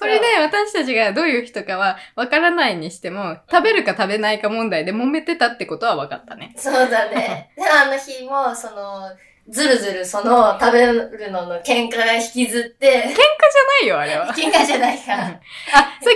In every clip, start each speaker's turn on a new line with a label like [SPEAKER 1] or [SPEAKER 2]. [SPEAKER 1] ね、私たちがどういう人かは分からないにしても、食べるか食べないか問題で揉めてたってことは分かったね。
[SPEAKER 2] そうだ ね。であの日も、その、ずるずるその食べるのの喧嘩が引きずって、
[SPEAKER 1] 喧嘩じゃないよ、あれ は。
[SPEAKER 2] 喧嘩じゃないか。
[SPEAKER 1] あ、さ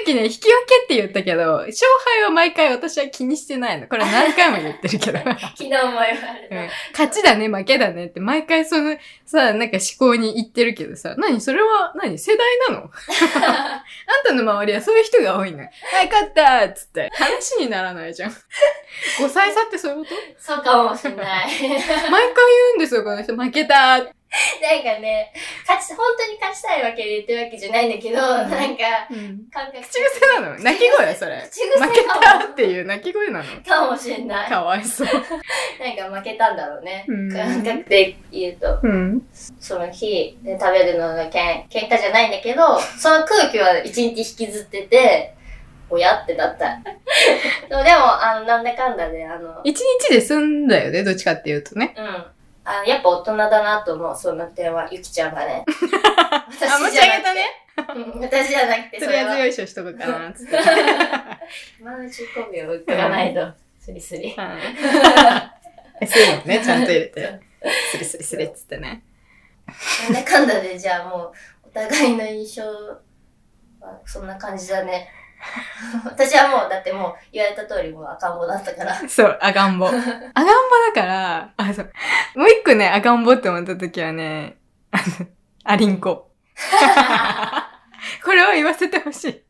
[SPEAKER 1] っきね、引き分けって言ったけど、勝敗は毎回私は気にしてないの。これ何回も言ってるけど。
[SPEAKER 2] 昨日も言われ
[SPEAKER 1] う
[SPEAKER 2] た。
[SPEAKER 1] ん勝ちだね、負けだねって、毎回その、さ、なんか思考に行ってるけどさ、何それは、何世代なのあんたの周りはそういう人が多いの。はい、勝ったーっつって。話にならないじゃん。5歳差ってそういうこ
[SPEAKER 2] そうかもしんない。
[SPEAKER 1] と毎回言うんですよ、この人。負けたーって。
[SPEAKER 2] なんかね、勝ち、本当に勝ちたいわけで言ってるわけじゃないんだけど、なんか、
[SPEAKER 1] うん
[SPEAKER 2] 感覚。
[SPEAKER 1] 口癖なの泣き声それ。
[SPEAKER 2] 口癖か
[SPEAKER 1] 負
[SPEAKER 2] も
[SPEAKER 1] けたーっていう泣き声なの。
[SPEAKER 2] かもしんない。な
[SPEAKER 1] かわいそう。
[SPEAKER 2] んか負けたんだろうね。
[SPEAKER 1] うん
[SPEAKER 2] 感覚で言うと、
[SPEAKER 1] うん。
[SPEAKER 2] その日、で食べるのがけん喧嘩じゃないんだけど、その空気は一日引きずってて、親ってだ った。そうでも、あの、なんだかんだで、あの、
[SPEAKER 1] 一日で済んだよね、どっちかっていうとね。
[SPEAKER 2] うん。あやっぱ大人だなと思う、その点は、ゆきちゃんがね。 私じゃな
[SPEAKER 1] 持
[SPEAKER 2] く
[SPEAKER 1] ち上げたね
[SPEAKER 2] て。うん、私じゃなくて、
[SPEAKER 1] と
[SPEAKER 2] そ
[SPEAKER 1] りあ
[SPEAKER 2] れ
[SPEAKER 1] えず
[SPEAKER 2] は。
[SPEAKER 1] よいしょしとこうかな、つって。
[SPEAKER 2] 今のうちコンビを打っとかないと、スリス リ。
[SPEAKER 1] うん。 そういうのね、ちゃんと入れ
[SPEAKER 2] う
[SPEAKER 1] て。スリスリスリっつってね。
[SPEAKER 2] なんだかんだで、じゃあもう、お互いの印象は、そんな感じ だね。私はもう、だってもう、言われた通り、もう赤ん坊だったから。
[SPEAKER 1] そう、赤ん坊。赤ん坊だから、あ、そう。もう一個ね、赤ん坊って思った時はね、 あのアリンコ。これを言わせてほしい。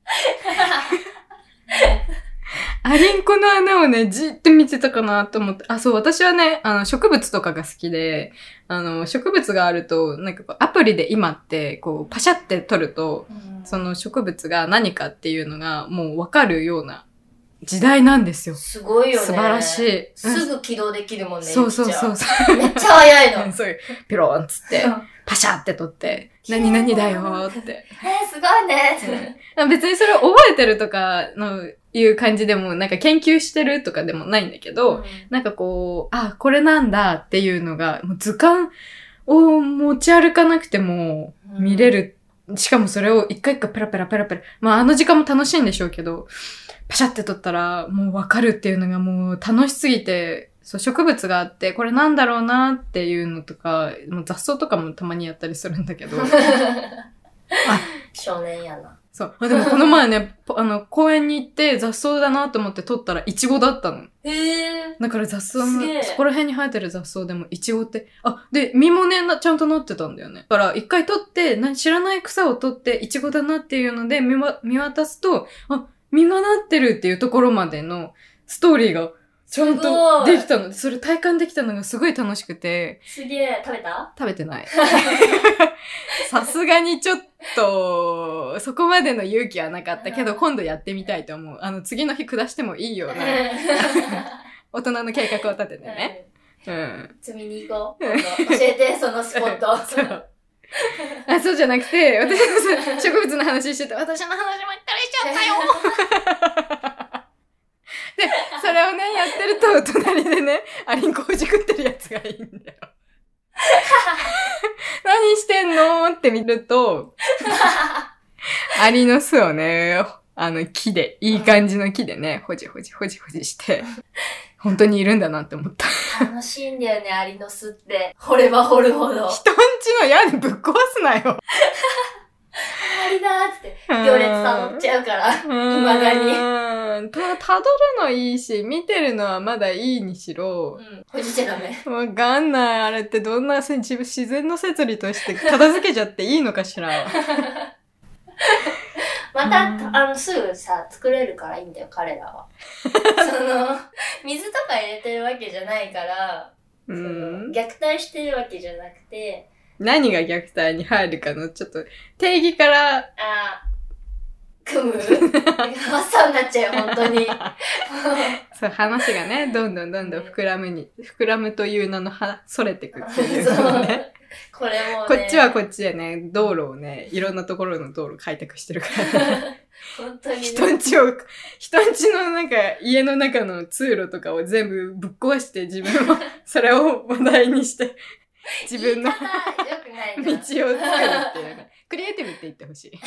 [SPEAKER 1] アリンコの穴をね、じっと見てたかなと思って。あ、そう、私はね、あの、植物とかが好きで、あの、植物があると、なんかこう、アプリで今って、こう、パシャって撮ると、その植物が何かっていうのがもうわかるような時代なんですよ。
[SPEAKER 2] すごいよね。
[SPEAKER 1] 素晴らしい。うん
[SPEAKER 2] すぐ起動できるもんね。
[SPEAKER 1] そうそうそうう。そう
[SPEAKER 2] めっちゃ早いの。
[SPEAKER 1] うん そういう、ピローンっつって
[SPEAKER 2] うん、
[SPEAKER 1] パシャって撮 って、
[SPEAKER 2] 綺麗
[SPEAKER 1] 何々だよーって。
[SPEAKER 2] えー、すごいねって。
[SPEAKER 1] 別にそれを覚えてるとかのいう感じでも、なんか研究してるとかでもないんだけど、なんかこう、あ、これなんだっていうのが、もう図鑑を持ち歩かなくても
[SPEAKER 2] うん
[SPEAKER 1] 見れる。しかもそれを一回一回ペラペラペラペラ。まああの時間も楽しいんでしょうけど、パシャって撮ったらもうわかるっていうのがもう楽しすぎて、そう植物があって、これなんだろうなっていうのとか、もう雑草とかもたまにやったりするんだけ ど。
[SPEAKER 2] 少年やな。
[SPEAKER 1] そう。あでもこの前ね、 ぽあの公園に行って雑草だなと思って撮ったらイチゴだったの。
[SPEAKER 2] へえ。
[SPEAKER 1] だから雑草
[SPEAKER 2] す
[SPEAKER 1] も
[SPEAKER 2] げえ、
[SPEAKER 1] そこら辺に生えてる雑草でもイチゴって、あ、で、実もね、なちゃんとなってたんだよね。だから一回取って、な知らない草を取ってイチゴだなっていうので見わ見渡すと、あ、実がなってるっていうところまでのストーリーがちゃん
[SPEAKER 2] すご
[SPEAKER 1] と
[SPEAKER 2] い
[SPEAKER 1] できたの。それ体感できたのがすごい楽しくて、
[SPEAKER 2] すげえ。食べた
[SPEAKER 1] 食べて ない。さすがにちょっと、そこまでの勇気はなかったけど、今度やってみたいと思う。あの、次の日下してもいいような、大人の計画を立ててね。 うん。
[SPEAKER 2] 積みに行こう。今度教えて、そのスポット。
[SPEAKER 1] そう。あ、そうじゃなくて、私はそう植物の話してて、私の話も言ったらいいじゃん
[SPEAKER 2] ったよ
[SPEAKER 1] で、 それをね、やってると、隣でね、アリンコをじくってるやつがいいんだ よ。何してんのって見ると、アリの巣をね、あの木で、いい感じの木でね、ほじほじほじほじ して、本当にいるんだなって思った。
[SPEAKER 2] 楽しいんだよね、アリの巣って。掘れば掘る ほど。ア
[SPEAKER 1] 人んちの屋根ぶっ壊すなよ。
[SPEAKER 2] リだーって。行列辿っちゃうから。
[SPEAKER 1] ま
[SPEAKER 2] だに
[SPEAKER 1] に。た、たどるのいいし、見てるのはまだいいにしろ
[SPEAKER 2] う、ん。ほじっちゃダメ。
[SPEAKER 1] わかんない。あれってどんなせん自自然の摂理として片付けちゃっていいのかし ら。
[SPEAKER 2] また、
[SPEAKER 1] うん
[SPEAKER 2] あの、すぐさ、作れるからいいんだよ、彼 らは。その、水とか入れてるわけじゃないから、
[SPEAKER 1] う
[SPEAKER 2] その
[SPEAKER 1] ん、
[SPEAKER 2] 虐待してるわけじゃなくて、
[SPEAKER 1] 何が虐待に入るかの、ちょっと定義から、
[SPEAKER 2] あー、組むマッサンになっちゃうよ、本当 に。
[SPEAKER 1] そう話がね、どんどんどんどん膨らむに、膨らむという名のは、それてくっていうのを
[SPEAKER 2] そう
[SPEAKER 1] ね。
[SPEAKER 2] これもう
[SPEAKER 1] こ
[SPEAKER 2] ね。
[SPEAKER 1] っちはこっちでね、道路をね、いろんなところの道路開拓してるから、ね。
[SPEAKER 2] 本当にね。
[SPEAKER 1] 人んちを、人んちのなんか家の中の通路とかを全部ぶっ壊して自分はそれを話題に して自分の
[SPEAKER 2] 言い方良くない
[SPEAKER 1] 道
[SPEAKER 2] な
[SPEAKER 1] を作るっていうね。クリエイティブって言ってほしい。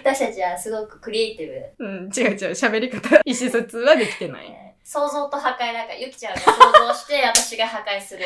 [SPEAKER 2] 私たちはすごくクリエイティブ。
[SPEAKER 1] うん、違う違う。喋り方、意思疎通はできてない。
[SPEAKER 2] えー想像と破壊だから、ゆきちゃんが想像して、私が破壊する。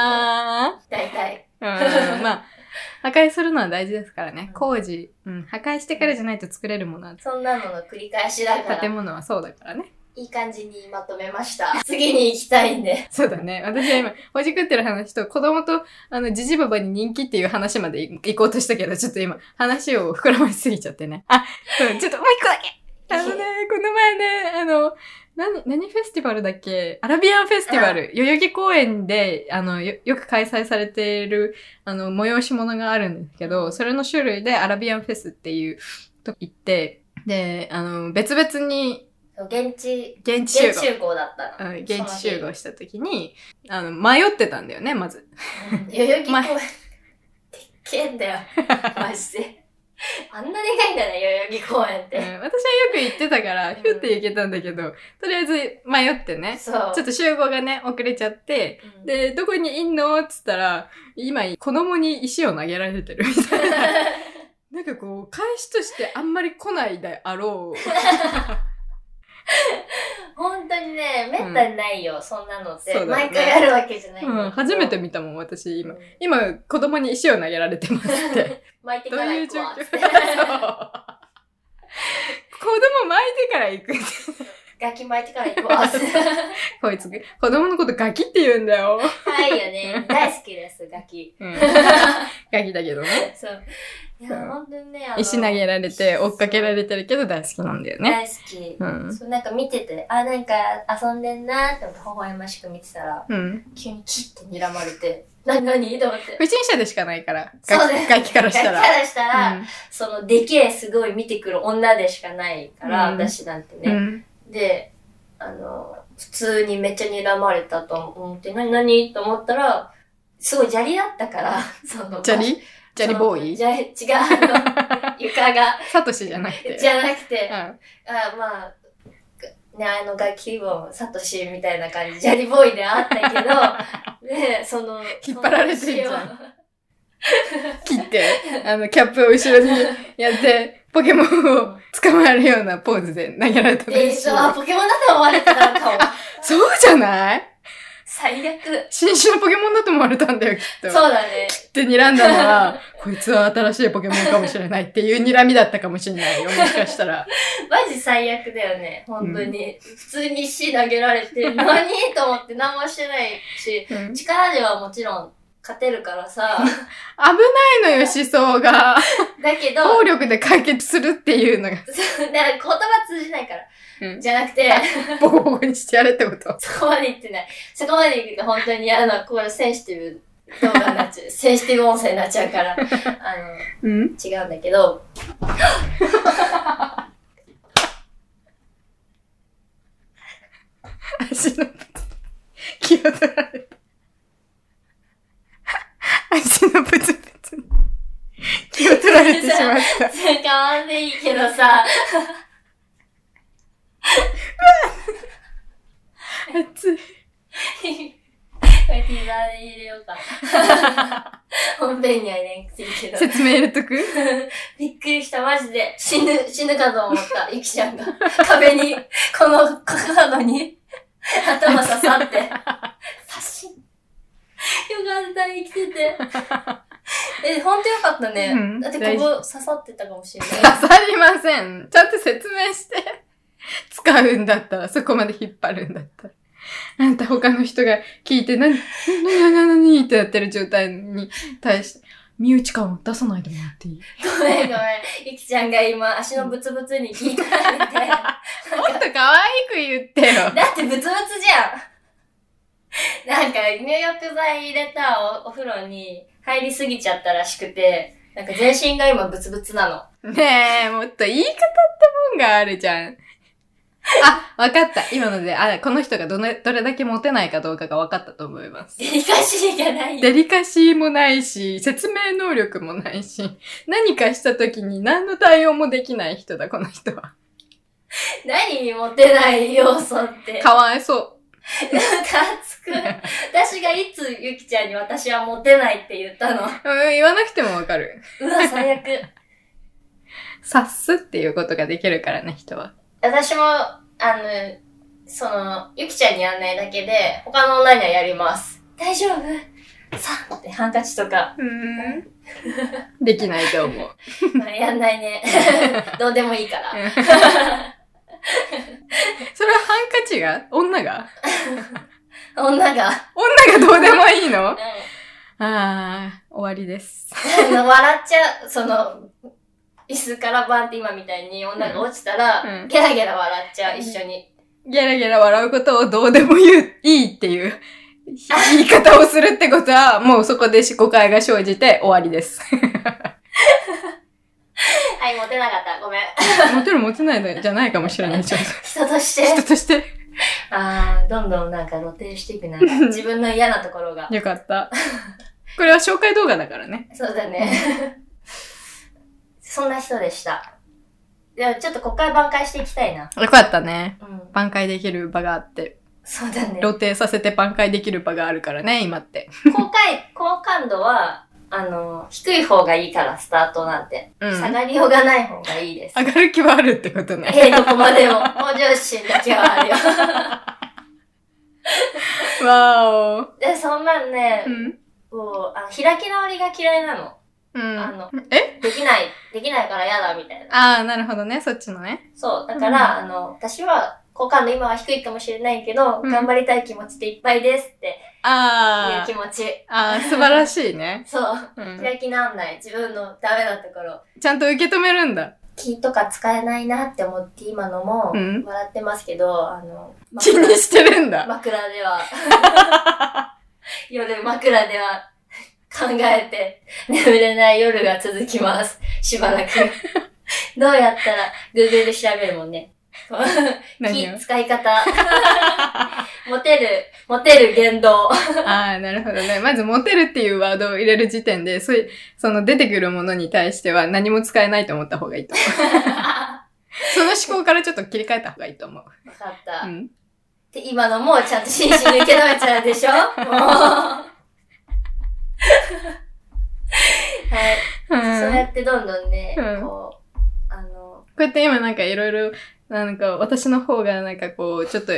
[SPEAKER 1] あ
[SPEAKER 2] 大体。
[SPEAKER 1] ー。うん、まあ、 破壊するのは大事ですからね
[SPEAKER 2] う。ん
[SPEAKER 1] 工事、うん、破壊してからじゃないと作れるものは、
[SPEAKER 2] そんなのの繰り返しだか
[SPEAKER 1] 建
[SPEAKER 2] ら、
[SPEAKER 1] 物はそうだからね。
[SPEAKER 2] いい感じにまとめました。 次に行きたいんで。
[SPEAKER 1] そうだね。私は今、ほじくってる話と、子供と、あの、じじばばに人気っていう話までい行こうとしたけど、ちょっと今、話を膨らましすぎちゃってね。あ、そうちょっともう一個だけあのね、この前ね、あの、何、何フェスティバルだっけアラビアンフェスティバル。代々木公園で、あの、よよく開催されている、あの、催し物があるんですけど、それの種類でアラビアンフェスっていう、と言って、で、あの、別々に
[SPEAKER 2] 現地、
[SPEAKER 1] 現地集
[SPEAKER 2] 現地
[SPEAKER 1] 合。
[SPEAKER 2] 集合だった
[SPEAKER 1] う
[SPEAKER 2] の。
[SPEAKER 1] ん現地集合した時に、あの、迷ってたんだよね、まず。
[SPEAKER 2] うん代々木公園、でっけえんだよ。マジで。あんなでかいんだね、代々木公園っ
[SPEAKER 1] うん
[SPEAKER 2] て。
[SPEAKER 1] 私はよく行ってたから、
[SPEAKER 2] うん
[SPEAKER 1] ヒュって行けたんだけど、とりあえず迷ってね、
[SPEAKER 2] そう。
[SPEAKER 1] ちょっと集合がね、遅れちゃって、
[SPEAKER 2] うん
[SPEAKER 1] で、どこにいんのっつったら、今、子供に石を投げられてるみたいな。 なんかこう、返しとしてあんまり来ないであろう。
[SPEAKER 2] 本当にね、めったにないよ、そんなのって。
[SPEAKER 1] そうだよね
[SPEAKER 2] 毎回あるわけじゃないんだけ ど
[SPEAKER 1] うん、初めて見たもん、私、今
[SPEAKER 2] う。ん
[SPEAKER 1] 今、子供に石を投げられてます って。
[SPEAKER 2] 巻いて
[SPEAKER 1] ど
[SPEAKER 2] か
[SPEAKER 1] う
[SPEAKER 2] ら
[SPEAKER 1] いう
[SPEAKER 2] 行く
[SPEAKER 1] 状
[SPEAKER 2] わ
[SPEAKER 1] 況
[SPEAKER 2] つって
[SPEAKER 1] 子供巻いてから行くって。
[SPEAKER 2] ガキ巻いてから行く わつって
[SPEAKER 1] こいつ、子供のことガキって言うんだよ。
[SPEAKER 2] はいよね。大好きです、ガキ。
[SPEAKER 1] うん。 ガキだけどね。
[SPEAKER 2] そう。い
[SPEAKER 1] そう
[SPEAKER 2] や、本当にね、あの
[SPEAKER 1] 石投げられて、追っかけられてるけど大好きなんだよね。
[SPEAKER 2] 大好き。
[SPEAKER 1] うん。
[SPEAKER 2] そうなんか見てて、あ、なんか遊んでんなーって思って微笑ましく見てたら、
[SPEAKER 1] うん。
[SPEAKER 2] 急にキッて睨まれて、な、なにと思って。
[SPEAKER 1] 不審者でしかないから。
[SPEAKER 2] そう
[SPEAKER 1] ガ
[SPEAKER 2] ね
[SPEAKER 1] キガキからした
[SPEAKER 2] ガキ
[SPEAKER 1] ら。
[SPEAKER 2] からしたら、その、でけえ、すごい見てくる女でしかないから、
[SPEAKER 1] うん
[SPEAKER 2] 私なんて
[SPEAKER 1] うん。う
[SPEAKER 2] ね。
[SPEAKER 1] ん
[SPEAKER 2] で、あの、普通にめっちゃ睨まれたと思って、なになにと思ったら、すごい砂利だったから、 その、
[SPEAKER 1] 砂利砂利ボーイ
[SPEAKER 2] じゃ違う、あ の床が、
[SPEAKER 1] サトシじゃなくて。
[SPEAKER 2] じゃなくて、
[SPEAKER 1] うん。
[SPEAKER 2] あまあ、ね、あの楽器もサトシみたいな感じ、砂利ボーイであった けど、ね、その、
[SPEAKER 1] 引っ張られてんじゃん
[SPEAKER 2] その石
[SPEAKER 1] 切
[SPEAKER 2] を
[SPEAKER 1] って、あの、キャップを後ろにや って、ポケモンを捕まえるようなポーズで投げられた
[SPEAKER 2] で、
[SPEAKER 1] し
[SPEAKER 2] 一緒はポケモンだと思われてたのかも。
[SPEAKER 1] そうじゃない
[SPEAKER 2] 最悪。
[SPEAKER 1] 新種のポケモンだと思われたんだよ、きっと。
[SPEAKER 2] そうだね。
[SPEAKER 1] って睨んだのは、 こいつは新しいポケモンかもしれないっていう睨みだったかもしれないよ、もしかしたら。
[SPEAKER 2] マジ最悪だよね。本当に。普通に石投げられて、何と思って何もしてないし、
[SPEAKER 1] うん危
[SPEAKER 2] 力ではもちろん勝てるから さ。
[SPEAKER 1] ないのよ、思想が。
[SPEAKER 2] だけど、
[SPEAKER 1] 暴力で解決するっていうのが、
[SPEAKER 2] そう だから言葉通じないから。
[SPEAKER 1] うん
[SPEAKER 2] じゃなくて、
[SPEAKER 1] ボコボコにしてやれってこと。
[SPEAKER 2] そこまで言ってない。そこまで言うと本当に、あの、これセンシティブ動画になっ ちゃう。センシティブ音声になっちゃうから、あの、
[SPEAKER 1] うん
[SPEAKER 2] 違うんだけど。
[SPEAKER 1] 足の、気を取られた。足のプツプツに気を取られてしま った。
[SPEAKER 2] 変わんでいいけどさ、
[SPEAKER 1] 熱い。
[SPEAKER 2] これティーザーで入れようか。 本編には入れなくていいけど。
[SPEAKER 1] 説明入れとく
[SPEAKER 2] びっくりした、マジで。死ぬ、死ぬかと思った、ゆきちゃんが。壁に、この、カードに、頭刺さ って。刺しん。よかった、生きてて。え、ほんとよかったね。
[SPEAKER 1] うん
[SPEAKER 2] だって
[SPEAKER 1] 大
[SPEAKER 2] こ
[SPEAKER 1] 事
[SPEAKER 2] こ刺さってたかもしれない。
[SPEAKER 1] 刺さりません。ちゃんと説明して。使うんだったら、そこまで引っ張るんだったら。あんた他の人が聞いて、な、な、な、な、な、にってやってる状態に対して、身内感を出さないでもらっていい
[SPEAKER 2] ごめんごめん。ゆきちゃんが今、足のブツブツに聞いたられて。だ
[SPEAKER 1] もっと可愛く言ってよ。
[SPEAKER 2] ってブツブツじゃん。なんか、入浴剤入れたおお風呂に入りすぎちゃったらしくて、なんか全身が今ブツブツなの。
[SPEAKER 1] ねえ、もっと言い方ってもんがあるじゃん。あ、わかった。今ので、あ、この人がどの、どれだけモテないかどうかがわかったと思います。
[SPEAKER 2] デリカシーが ない。
[SPEAKER 1] デリカシーもないし、説明能力もないし、 何かした時に何の対応もできない人だ、この人は。
[SPEAKER 2] 何にモテない要素って。
[SPEAKER 1] かわいそ
[SPEAKER 2] なんかつく。私がいつゆきちゃんに私はモテないって言ったの。
[SPEAKER 1] う。うん、言わなくてもわかる。
[SPEAKER 2] うわ、最悪。
[SPEAKER 1] 察すっていうことができるからね、人は。
[SPEAKER 2] 私も、あの、その、ゆきちゃんにやんないだけで、他の女にはやります。大丈夫さあってハンカチとか、
[SPEAKER 1] うん。できないと思 う。
[SPEAKER 2] まあやんないね。どうでもいいから。
[SPEAKER 1] それはハンカチが女が女
[SPEAKER 2] 女が、
[SPEAKER 1] がどうでもいいの
[SPEAKER 2] う
[SPEAKER 1] あ あ、終わりです。
[SPEAKER 2] ん、あの 笑っちゃう、その、椅子からバンって今みたいに女が落ちたら、
[SPEAKER 1] うん
[SPEAKER 2] ゲラゲラ笑っちゃう、一緒に。
[SPEAKER 1] ゲラゲラ笑うことをどうでも言ういいっていう 言い方をするってことは、もうそこで誤解が生じて終わりです。
[SPEAKER 2] はい、モテなかった。ごめん。
[SPEAKER 1] モテるモテないじゃないかもしれない、ちょっ
[SPEAKER 2] 人とし
[SPEAKER 1] と。人
[SPEAKER 2] て。
[SPEAKER 1] として。
[SPEAKER 2] あー、どんどんなんか露呈していくな。自分の嫌なところが。
[SPEAKER 1] よかった。これは紹介動画だからね。
[SPEAKER 2] そうだね。 そんな人でした。いや、ちょっとこっから挽回していきたいな。
[SPEAKER 1] よかったね。
[SPEAKER 2] うん。
[SPEAKER 1] 挽回できる場があって、
[SPEAKER 2] そうだね。
[SPEAKER 1] 露呈させて挽回できる場があるからね、今って。
[SPEAKER 2] 高回、好感度は、あの、低い方がいいから、スタートなんて。
[SPEAKER 1] うん。
[SPEAKER 2] 下がりようがない方がいいです。
[SPEAKER 1] 上が る気はあるってことね。
[SPEAKER 2] ええ、どこまでも。向上心だけはあるよ。
[SPEAKER 1] わ
[SPEAKER 2] で、そんなんね
[SPEAKER 1] ーお。う、ん。
[SPEAKER 2] こう、あの開き直りが嫌いなの。
[SPEAKER 1] うん。
[SPEAKER 2] あの
[SPEAKER 1] え
[SPEAKER 2] できない、できないから嫌だ、みたいな。
[SPEAKER 1] ああ、なるほどね。そっちのね。
[SPEAKER 2] そう。だから、あの、私は、好感度今は低いかもしれないけど、
[SPEAKER 1] うん
[SPEAKER 2] 頑張りたい気持ちでいっぱいですっていう
[SPEAKER 1] あ
[SPEAKER 2] 気持ち。
[SPEAKER 1] あ、ああ、素晴らしいね。
[SPEAKER 2] そう。
[SPEAKER 1] うん。
[SPEAKER 2] 開き直んない。自分のダメなところ。
[SPEAKER 1] ちゃんと受け止めるんだ。
[SPEAKER 2] 気とか使えないなって思って今のも、
[SPEAKER 1] うん
[SPEAKER 2] 笑ってますけど、あの、
[SPEAKER 1] 気
[SPEAKER 2] 枕
[SPEAKER 1] にしてるんだ。
[SPEAKER 2] 枕では、夜枕では考えて眠れない夜が続きます。しばらく。どうやったら Google で調べるもんね。
[SPEAKER 1] 何を
[SPEAKER 2] 気使い方。モテる、モテる言動。
[SPEAKER 1] ああ、なるほどね。まず、モテるっていうワードを入れる時点で、そういう、その出てくるものに対しては何も使えないと思った方がいいと思う。そ の思考からちょっと切り替えた方がいいと思う。
[SPEAKER 2] わかった。
[SPEAKER 1] うん。
[SPEAKER 2] で今のもちゃんと真摯に受け止めちゃうでしょもう。はい。
[SPEAKER 1] う
[SPEAKER 2] そうや
[SPEAKER 1] ん。
[SPEAKER 2] ってどんどんね、
[SPEAKER 1] うん
[SPEAKER 2] こう、あの、
[SPEAKER 1] こうやって今なんかいろいろ、なんか私の方がなんかこう、ちょっと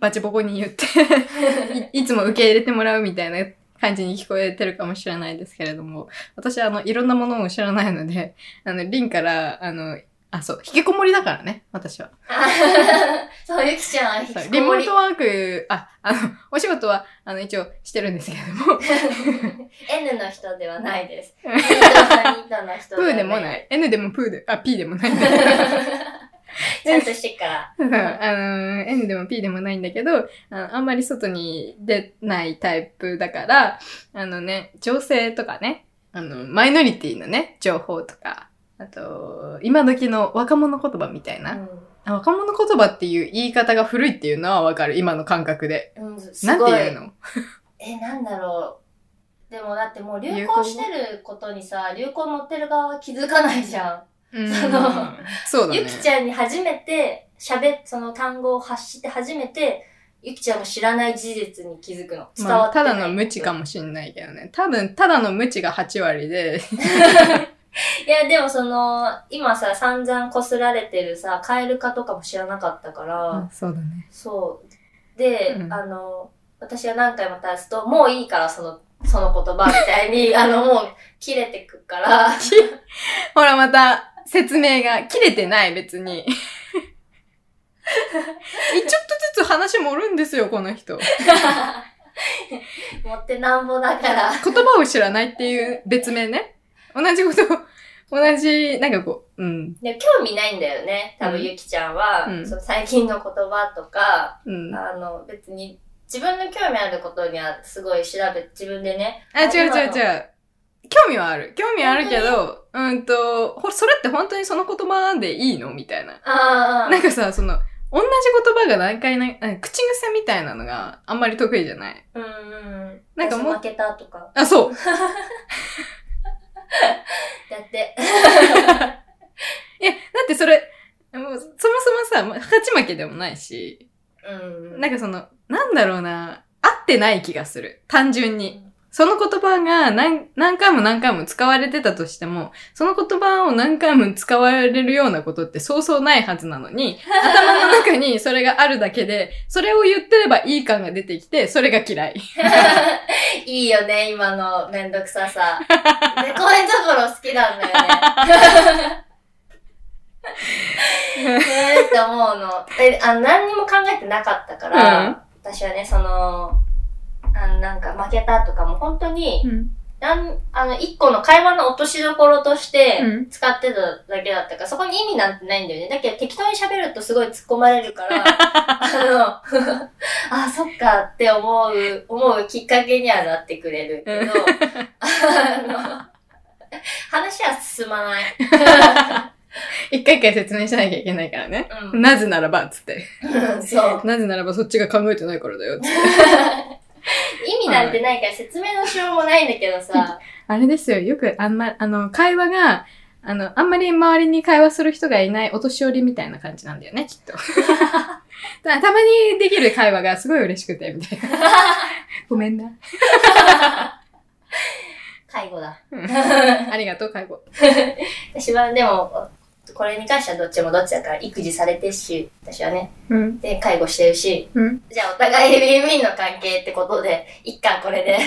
[SPEAKER 1] バチボコに言って い、いつも受け入れてもらうみたいな感じに聞こえてるかもしれないですけれども、私はあの、いろんなものを知らないので、あの、リンから、あの、あ、そう、引きこもりだからね、私は。
[SPEAKER 2] あ そう、ゆきちゃんは引き
[SPEAKER 1] リ
[SPEAKER 2] こ
[SPEAKER 1] モ
[SPEAKER 2] もり
[SPEAKER 1] ート。ワーク、あ、あの、お仕事は、あの、一応してるんですけれども、
[SPEAKER 2] N の人ではないです。ニートの 人
[SPEAKER 1] プーでもない。N でもプーで、あ、P でもないんだけど。
[SPEAKER 2] ちゃんとしてっから。
[SPEAKER 1] うんあのー、N でも P でもないんだけど、あのあんまり外に出ないタイプだから、あのね、情勢とかね、あの、マイノリティのね、情報とか、あと、今時の若者言葉みたいな。あ若者言葉っていう言い方が古いっていうのはわかる、今の感覚で。
[SPEAKER 2] うん。うん、す
[SPEAKER 1] なん
[SPEAKER 2] ご
[SPEAKER 1] て
[SPEAKER 2] い。
[SPEAKER 1] 言うの
[SPEAKER 2] え、なんだろう。でもだってもう流
[SPEAKER 1] 流行語
[SPEAKER 2] 行してることにさ、流行乗ってる側は気づかないじゃん。
[SPEAKER 1] うん
[SPEAKER 2] その
[SPEAKER 1] そうだね。
[SPEAKER 2] ゆきちゃんに初めて、喋っ、その単語を発して初めて、ゆきちゃんも知らない事実に気づくの。伝
[SPEAKER 1] ま
[SPEAKER 2] わ
[SPEAKER 1] あ、
[SPEAKER 2] ってな
[SPEAKER 1] た
[SPEAKER 2] い。
[SPEAKER 1] だの無知かもしんないけどね。多分、ただの無知が8割 で、
[SPEAKER 2] いや、でもその、今さ、散々こすられてるさ、カエル化とかも知らなかったから、
[SPEAKER 1] そうだね。
[SPEAKER 2] そう。で、
[SPEAKER 1] うん
[SPEAKER 2] あの、私が何回も返すと、もういいから、その、その言葉みた いに、あの、もう、切れてくから、
[SPEAKER 1] ほら、また、説明が切れてない、別に。えちょっとずつ話盛るんですよ、この人。
[SPEAKER 2] 持ってなんぼだから。
[SPEAKER 1] 言葉を知らないっていう別名ね。同じこと、同じ、なんかこう、うん、
[SPEAKER 2] で興味ないんだよね。多
[SPEAKER 1] う
[SPEAKER 2] 分、
[SPEAKER 1] ん
[SPEAKER 2] ゆきちゃんは、
[SPEAKER 1] うん
[SPEAKER 2] その最近の言葉とか、
[SPEAKER 1] うん。あ、
[SPEAKER 2] あの、別に、自分の興味あることには、すごい調べ、自分でね。
[SPEAKER 1] 違う違う
[SPEAKER 2] 今の
[SPEAKER 1] 違う。興味はある。興味あるけど、うんと、ほそれって本当にその言葉でいいのみたいな。
[SPEAKER 2] あ
[SPEAKER 1] なんかさ、その、同じ言葉が何回ない、あ口癖みたいなのがあんまり得意じゃない。
[SPEAKER 2] あ、うんうん。
[SPEAKER 1] なんかもう
[SPEAKER 2] 私負けたとか。
[SPEAKER 1] あ、そう。
[SPEAKER 2] だって。
[SPEAKER 1] いや、だってそれ、もうそもそもさ、もう勝ち負けでもないし、
[SPEAKER 2] うん
[SPEAKER 1] なんかその、なんだろうな、合ってない気がする。単純に。その言葉が何何回も何回も使われてたとしても、その言葉を何回も使われるようなことってそうそうないはずなの に、頭の中にそれがあるだけで、それを言ってればいい感が出てきて、それが嫌い。
[SPEAKER 2] いいよね、今のめんどくささ。で、こういうところ好きなんだよね。ねえって思うの。え、あ何にも考えてなかったから、
[SPEAKER 1] うん
[SPEAKER 2] 私はね、その、あのなんか負けたとかも本当に、
[SPEAKER 1] うん。
[SPEAKER 2] なんあの、一個の会話の落としどころとして
[SPEAKER 1] うん
[SPEAKER 2] 使ってただけだったから、そこに意味なんてないんだよね。だけど適当に喋るとすごい突っ込まれる から、あの、 あ、そっかって思う、思うきっかけにはなってくれるけど、あの、話は進まない。
[SPEAKER 1] 一回一回説明しなきゃいけないからね。
[SPEAKER 2] う
[SPEAKER 1] なぜならば、つって。
[SPEAKER 2] ん、そう。
[SPEAKER 1] なぜならばそっちが考えてないからだよ。つって
[SPEAKER 2] 意味なんてないから説明のしようもないんだけどさ、
[SPEAKER 1] あれですよ、よくあんま、あの、会話が、あの、あんまり周りに会話する人がいないお年寄りみたいな感じなんだよね、きっ と。だからたまにできる会話がすごい嬉しくて、みたいな。ごめんな。
[SPEAKER 2] 介護だ。
[SPEAKER 1] ありがとう、介護。
[SPEAKER 2] 私はでも、これに関してはどっちもどっちだから、育児されてるし、私はね、
[SPEAKER 1] うん。
[SPEAKER 2] で、介護してるし、
[SPEAKER 1] うん。
[SPEAKER 2] じゃあお互いウィンウィンの関係ってことで、 一貫これで。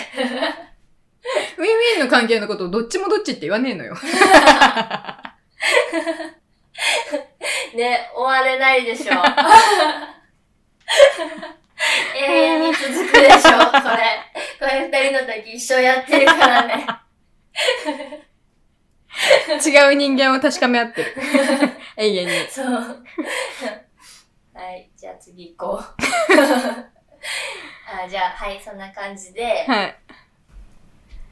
[SPEAKER 1] ウィンウィンの関係のことをどっちもどっちって言わねえのよ。
[SPEAKER 2] ね、終われないでしょ。 永遠に続くでし ょ、これ。これ二人の時一生やってるからね。
[SPEAKER 1] 違う人間を確かめ合ってる。 永遠に。
[SPEAKER 2] そう。 はい、 じゃあ次行こう。あじゃあ、はい、そんな感じで、
[SPEAKER 1] は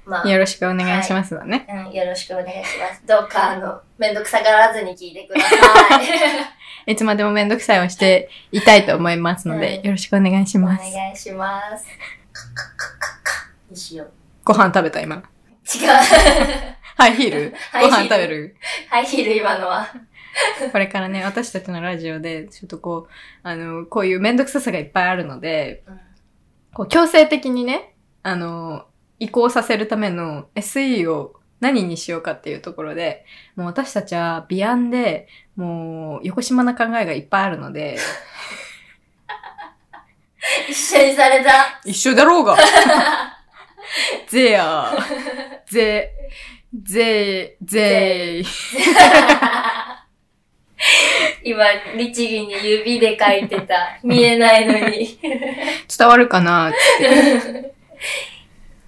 [SPEAKER 2] まあ
[SPEAKER 1] い。、よろしくお願いしますだね。
[SPEAKER 2] うん、よろしくお願いします。どうか、あの、めんどくさがらずに聞いてください。
[SPEAKER 1] いつまでもめんどくさいをしていたいと思いますので、
[SPEAKER 2] うん
[SPEAKER 1] よろしくお願いし
[SPEAKER 2] お
[SPEAKER 1] ます。
[SPEAKER 2] 願 いします。カッカッカッカッカッにしよう。
[SPEAKER 1] ご飯食べた、 今。
[SPEAKER 2] 違う。
[SPEAKER 1] ハイヒール
[SPEAKER 2] ハイ
[SPEAKER 1] ご
[SPEAKER 2] ヒール
[SPEAKER 1] 飯食べる
[SPEAKER 2] ハイヒール今のは。
[SPEAKER 1] これからね、私たちのラジオで、ちょっとこう、あの、こういうめんどくささがいっぱいあるので、
[SPEAKER 2] うん
[SPEAKER 1] こう、強制的にね、あの、移行させるための SE を何にしようかっていうところで、もう私たちは美安で、もう、横島な考えがいっぱいあるので、
[SPEAKER 2] 一緒にされた。
[SPEAKER 1] 一緒だろ うがぜやぜ、ぜ、ぜ、
[SPEAKER 2] 今、律儀に指で書いてた。見えないのに。
[SPEAKER 1] 伝わるか なって。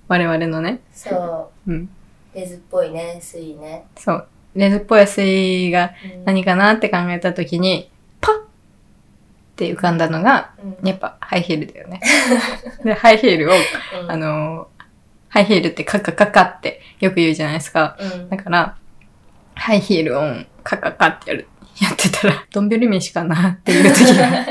[SPEAKER 1] 我々のね、
[SPEAKER 2] そう。
[SPEAKER 1] うん。
[SPEAKER 2] レズっぽいね、スイね。
[SPEAKER 1] そう。レズっぽい SE が
[SPEAKER 2] うん
[SPEAKER 1] 何かなって考えた時に、パッって浮かんだのが、
[SPEAKER 2] うん
[SPEAKER 1] やっぱハイヒールだ よね。で、ハイヒールを、
[SPEAKER 2] うん
[SPEAKER 1] あのーハイヒールってカカカカってよく言うじゃないですか。
[SPEAKER 2] うん
[SPEAKER 1] だから、ハイヒールオン、カカカってやる。やってたら、 どんぶり飯かなっていう時 が、ちょっ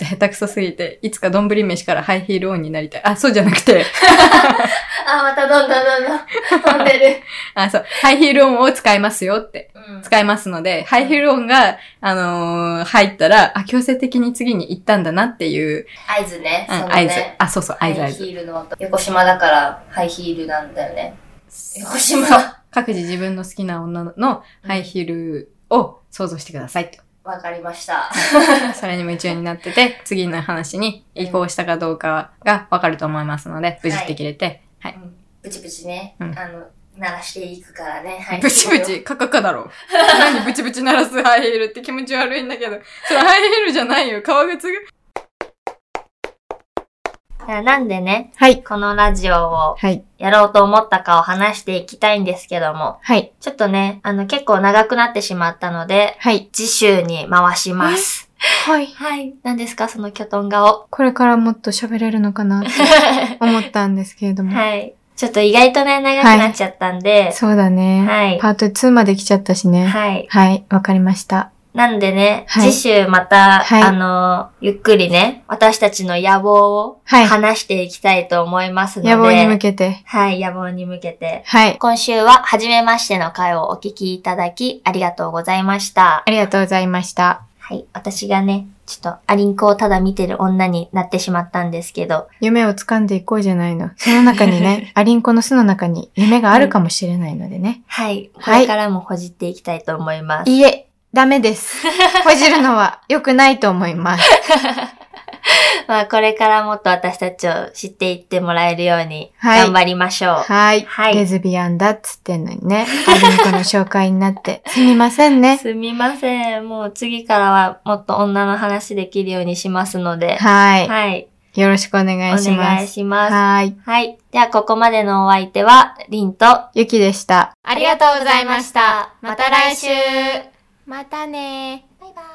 [SPEAKER 1] と下手くそすぎて、いつかどんぶり飯からハイヒールオンになりたい。あ、そうじゃなくて、
[SPEAKER 2] あ、またどんどんどんどん飛んでる。
[SPEAKER 1] あ、そう、ハイヒールオンを使いますよって。
[SPEAKER 2] うん
[SPEAKER 1] 使いますので、ハイヒール音が、あのー入ったら、あ、強制的に次に行ったんだなっていう、
[SPEAKER 2] 合図ね。
[SPEAKER 1] うん
[SPEAKER 2] その
[SPEAKER 1] 合図
[SPEAKER 2] ね。。
[SPEAKER 1] あ、そうそう、
[SPEAKER 2] ハ
[SPEAKER 1] 合
[SPEAKER 2] イ
[SPEAKER 1] 図合
[SPEAKER 2] ヒ
[SPEAKER 1] 図。
[SPEAKER 2] ールの音。横島だから、ハイヒールなんだよね。横島。
[SPEAKER 1] 各自自分の好きな女のハイヒールを想像してくださいと。
[SPEAKER 2] わかりました。
[SPEAKER 1] それに夢中になってて、次の話に移行したかどうかがわかると思いますので、無事って切れて、はい。
[SPEAKER 2] うんブチブチね。
[SPEAKER 1] うん
[SPEAKER 2] あの、鳴らしていくか らね。ハイヒ
[SPEAKER 1] ブ
[SPEAKER 2] ー
[SPEAKER 1] チ
[SPEAKER 2] ルを
[SPEAKER 1] ブ。 チ、カカカだろ。何ブチブチ鳴らすハイヒールって気持ち悪いんだけど、それハイヒールじゃないよ、革靴が。
[SPEAKER 2] あなんでね、
[SPEAKER 1] はい。
[SPEAKER 2] このラジオを
[SPEAKER 1] はい。
[SPEAKER 2] やろうと思ったかを話していきたいんですけども、
[SPEAKER 1] はい。
[SPEAKER 2] ちょっとね、あの結構長くなってしまったので、
[SPEAKER 1] はい。
[SPEAKER 2] 次週に回します。
[SPEAKER 1] はい。
[SPEAKER 2] はい。何ですかそのキョトン顔。
[SPEAKER 1] これからもっと喋れるのかなって思ったんですけれども。
[SPEAKER 2] はい。ちょっと意外とね、長くなっちゃったんで、
[SPEAKER 1] そうだね。
[SPEAKER 2] はい
[SPEAKER 1] パート2まで来ちゃったしね。
[SPEAKER 2] はい。
[SPEAKER 1] はい、わ、かりました。
[SPEAKER 2] なんでね、
[SPEAKER 1] はい
[SPEAKER 2] 次週また、
[SPEAKER 1] はい
[SPEAKER 2] あの、ゆっくりね、私たちの野望を
[SPEAKER 1] はい
[SPEAKER 2] 話していきたいと思いますので、
[SPEAKER 1] 野望に向けて。
[SPEAKER 2] はい、野望に向けて。
[SPEAKER 1] はい。
[SPEAKER 2] 今週は、初めましての回をお聞きいただき、ありがとうございました。
[SPEAKER 1] ありがとうございました。
[SPEAKER 2] はい。私がね、ちょっとアリンコをただ見てる女になってしまったんですけど、
[SPEAKER 1] 夢を掴んでいこうじゃないの。その中に ね、アリンコの巣の中に夢があるかもしれないのでね。
[SPEAKER 2] はい。こ
[SPEAKER 1] はい
[SPEAKER 2] れからもほじっていきたいと思います。
[SPEAKER 1] いいえ、ダメです。ほじるのは良くないと思います。
[SPEAKER 2] まあ、これからもっと私たちを知っていってもらえるように、
[SPEAKER 1] はい
[SPEAKER 2] 頑張りましょう。
[SPEAKER 1] はい。
[SPEAKER 2] はい
[SPEAKER 1] レズビアンだっつってんのにね。アリンコの紹介になって。すみませんね。
[SPEAKER 2] すみません。もう次からはもっと女の話できるようにしますので、
[SPEAKER 1] はい。
[SPEAKER 2] はい。
[SPEAKER 1] よろしくお願
[SPEAKER 2] お
[SPEAKER 1] いしま
[SPEAKER 2] 願い
[SPEAKER 1] す。
[SPEAKER 2] します。
[SPEAKER 1] はい。
[SPEAKER 2] はい。では、ここまでのお相手は、リンと、あ
[SPEAKER 1] ゆきでした。
[SPEAKER 3] ありがとうございました。また来週。
[SPEAKER 2] またねバイバイ。